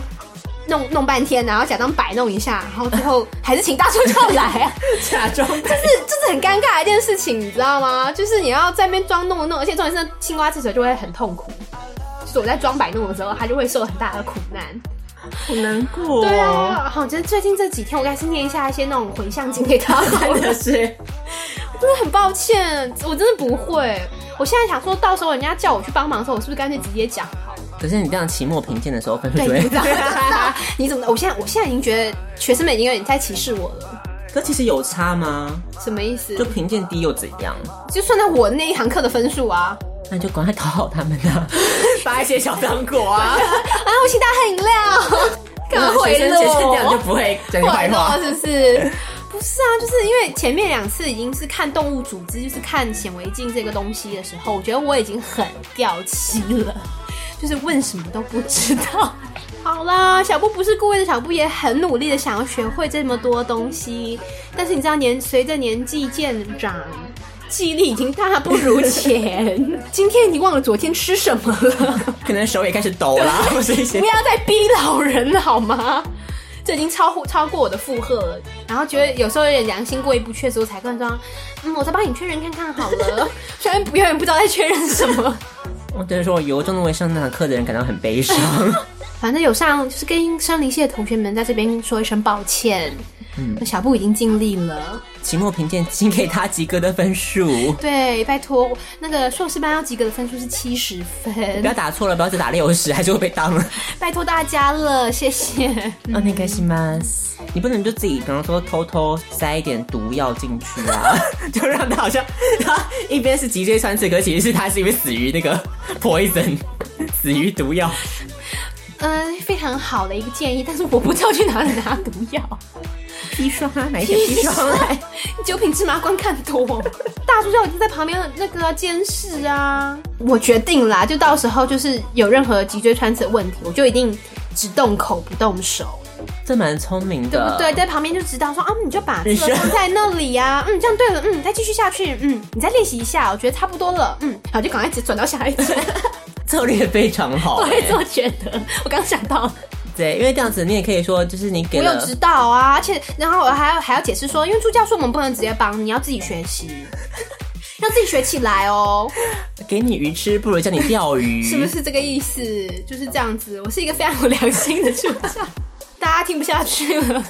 弄弄半天，然后假装摆弄一下，然后最后还是请大助教来啊， 假装就是就是很尴尬的一件事情，你知道吗？就是你要在那边装弄弄，而且重点是青蛙之所以就会很痛苦，就是我在装摆弄的时候，它就会受很大的苦难。好难 过、对啊，好，就是最近这几天，我应该是念一下一些那种回向经给他 看的是，真的很抱歉，我真的不会。我现在想说到时候人家叫我去帮忙的时候，我是不是干脆直接讲好？可是你这样期末评鉴的时候分数就对，会不知道，不知道 你怎么？我现在我现在已经觉得学生们已经有点在歧视我了，可其实有差吗？什么意思？就就评鉴低又怎样？就算在我那一堂课的分数啊，那你就赶快讨好他们 啊，发一些小糖果 啊，啊，我请大家喝饮 料，然干后回学生学生这样就了。不会讲你坏坏 话了。是不是？不是啊，就是因为前面两次已经是看动物组织，就是看显微镜这个东西的时候，我觉得我已经很掉漆了， 就是问什么都不知道。 好啦，小布不是故意的，小布也很努力的想要学会这么多东西，但是你知道年随着年纪渐长。记忆力已经大不如前， 今天你忘了昨天吃什么了。可能手也开始抖啦，或是一些 不要再逼老人了好吗？ 这已经超乎超过我的负荷了，然后觉得有时候有点良心过意不去的时候，才跟他说：“嗯，我再帮你确认看看好 了。”虽然永远不知道在确认什么，我只能说，我由衷的为上那堂课的人感到很悲伤。 反正有上就是跟生离系的同学们在这边说一声抱歉。嗯，小布已经尽力了。期末评鉴请给他及格的分数，对，拜托，那个硕士班要及格的分数是七十分不，要打错了，不要只打六十，还是会被当。拜托大家了，谢谢。啊，那开心吗？你不能就自己，比方说偷偷塞一点毒药进去啊， 就让他好像他一边是脊椎穿刺，可其实是他是因为死于那个 poison，死于毒药。嗯，非常好的一个建议，但是我不知道去哪里拿毒药。砒霜啊， 买一点砒霜来。九品芝麻官看多， 大助教已经在旁边那个监视啊。我决定啦，就到时候就是有任何脊椎穿刺的问题，我就一定只动口不动手，这蛮聪明对的嗯不，对？在旁边就指导说啊，你就把这你个是放在那里呀、 嗯，这样对了，嗯，再继续下去，嗯，你再练习一下，我觉得差不多了，嗯，好，就赶快直转到下一组。策略非常好、 我也这欸。么觉得，我刚想到。对，因为这样子你也可以说，就是你给我有了指导啊，而且然后我还要还要解释说，因为助教说我们不能直接帮，你要自己学习，要自己学起来哦，给你鱼吃，不如叫你钓 鱼，是不？是这个意思？就是这样子，我是一个非常有良心的助教，大家听不下去了。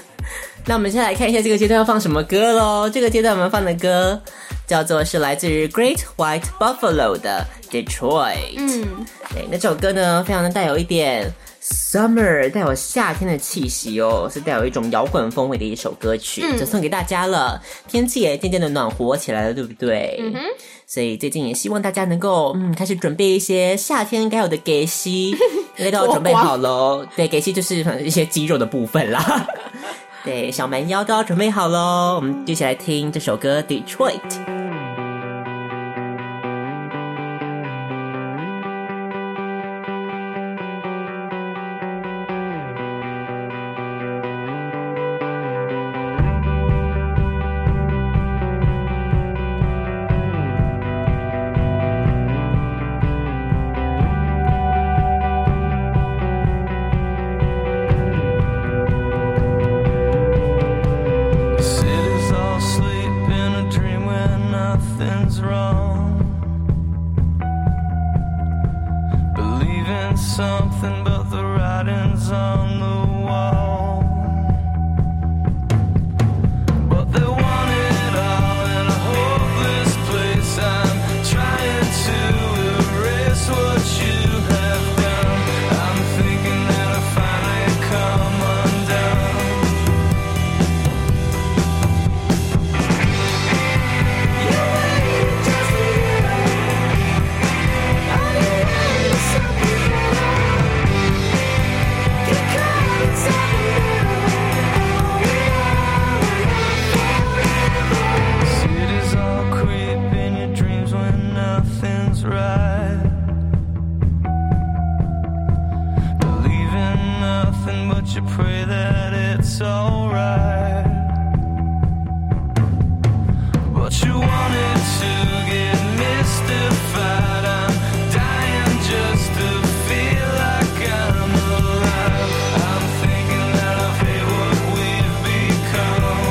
那我们先来看一下这个阶段要放什么歌喽。这个阶段我们放的歌叫做是来自于 Great White Buffalo 的 Detroit。嗯，对，那这首歌呢，非常的带有一点 Summer 带有夏天的气息哦，是带有一种摇滚风味的一首歌曲，嗯就送给大家了。天气也渐渐的暖和起来了，对不对？嗯哼，所以最近也希望大家能够嗯开始准备一些夏天该有的 给息，应该都要准备好喽。对，给息就是反正一些肌肉的部分 啦。对，小蛮腰都要准备好喽。我们就一起来听这首歌《Detroit》。 City's all asleep in a dream when nothing's wrong. Believe in something, but the writing's on the wall. But they want it all in a hopeless place. I'm trying to erase what you have done. I'm thinking that I finally come undone. Cities all creep in your dreams when nothing's right. Believe in nothing, but you pray that it's alright. But you wanted to get mystified. I'm dying just to feel like I'm alive. I'm thinking that I hate what we've become.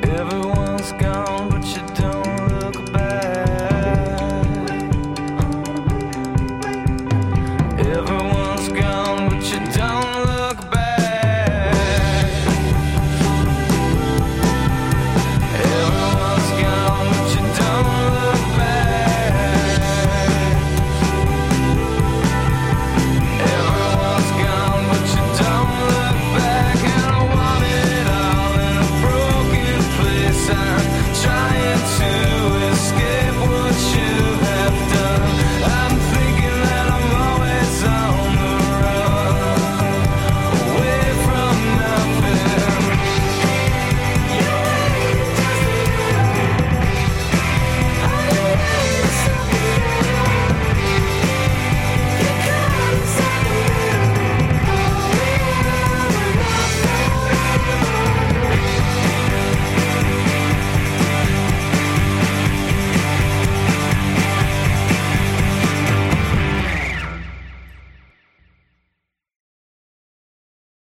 Everyone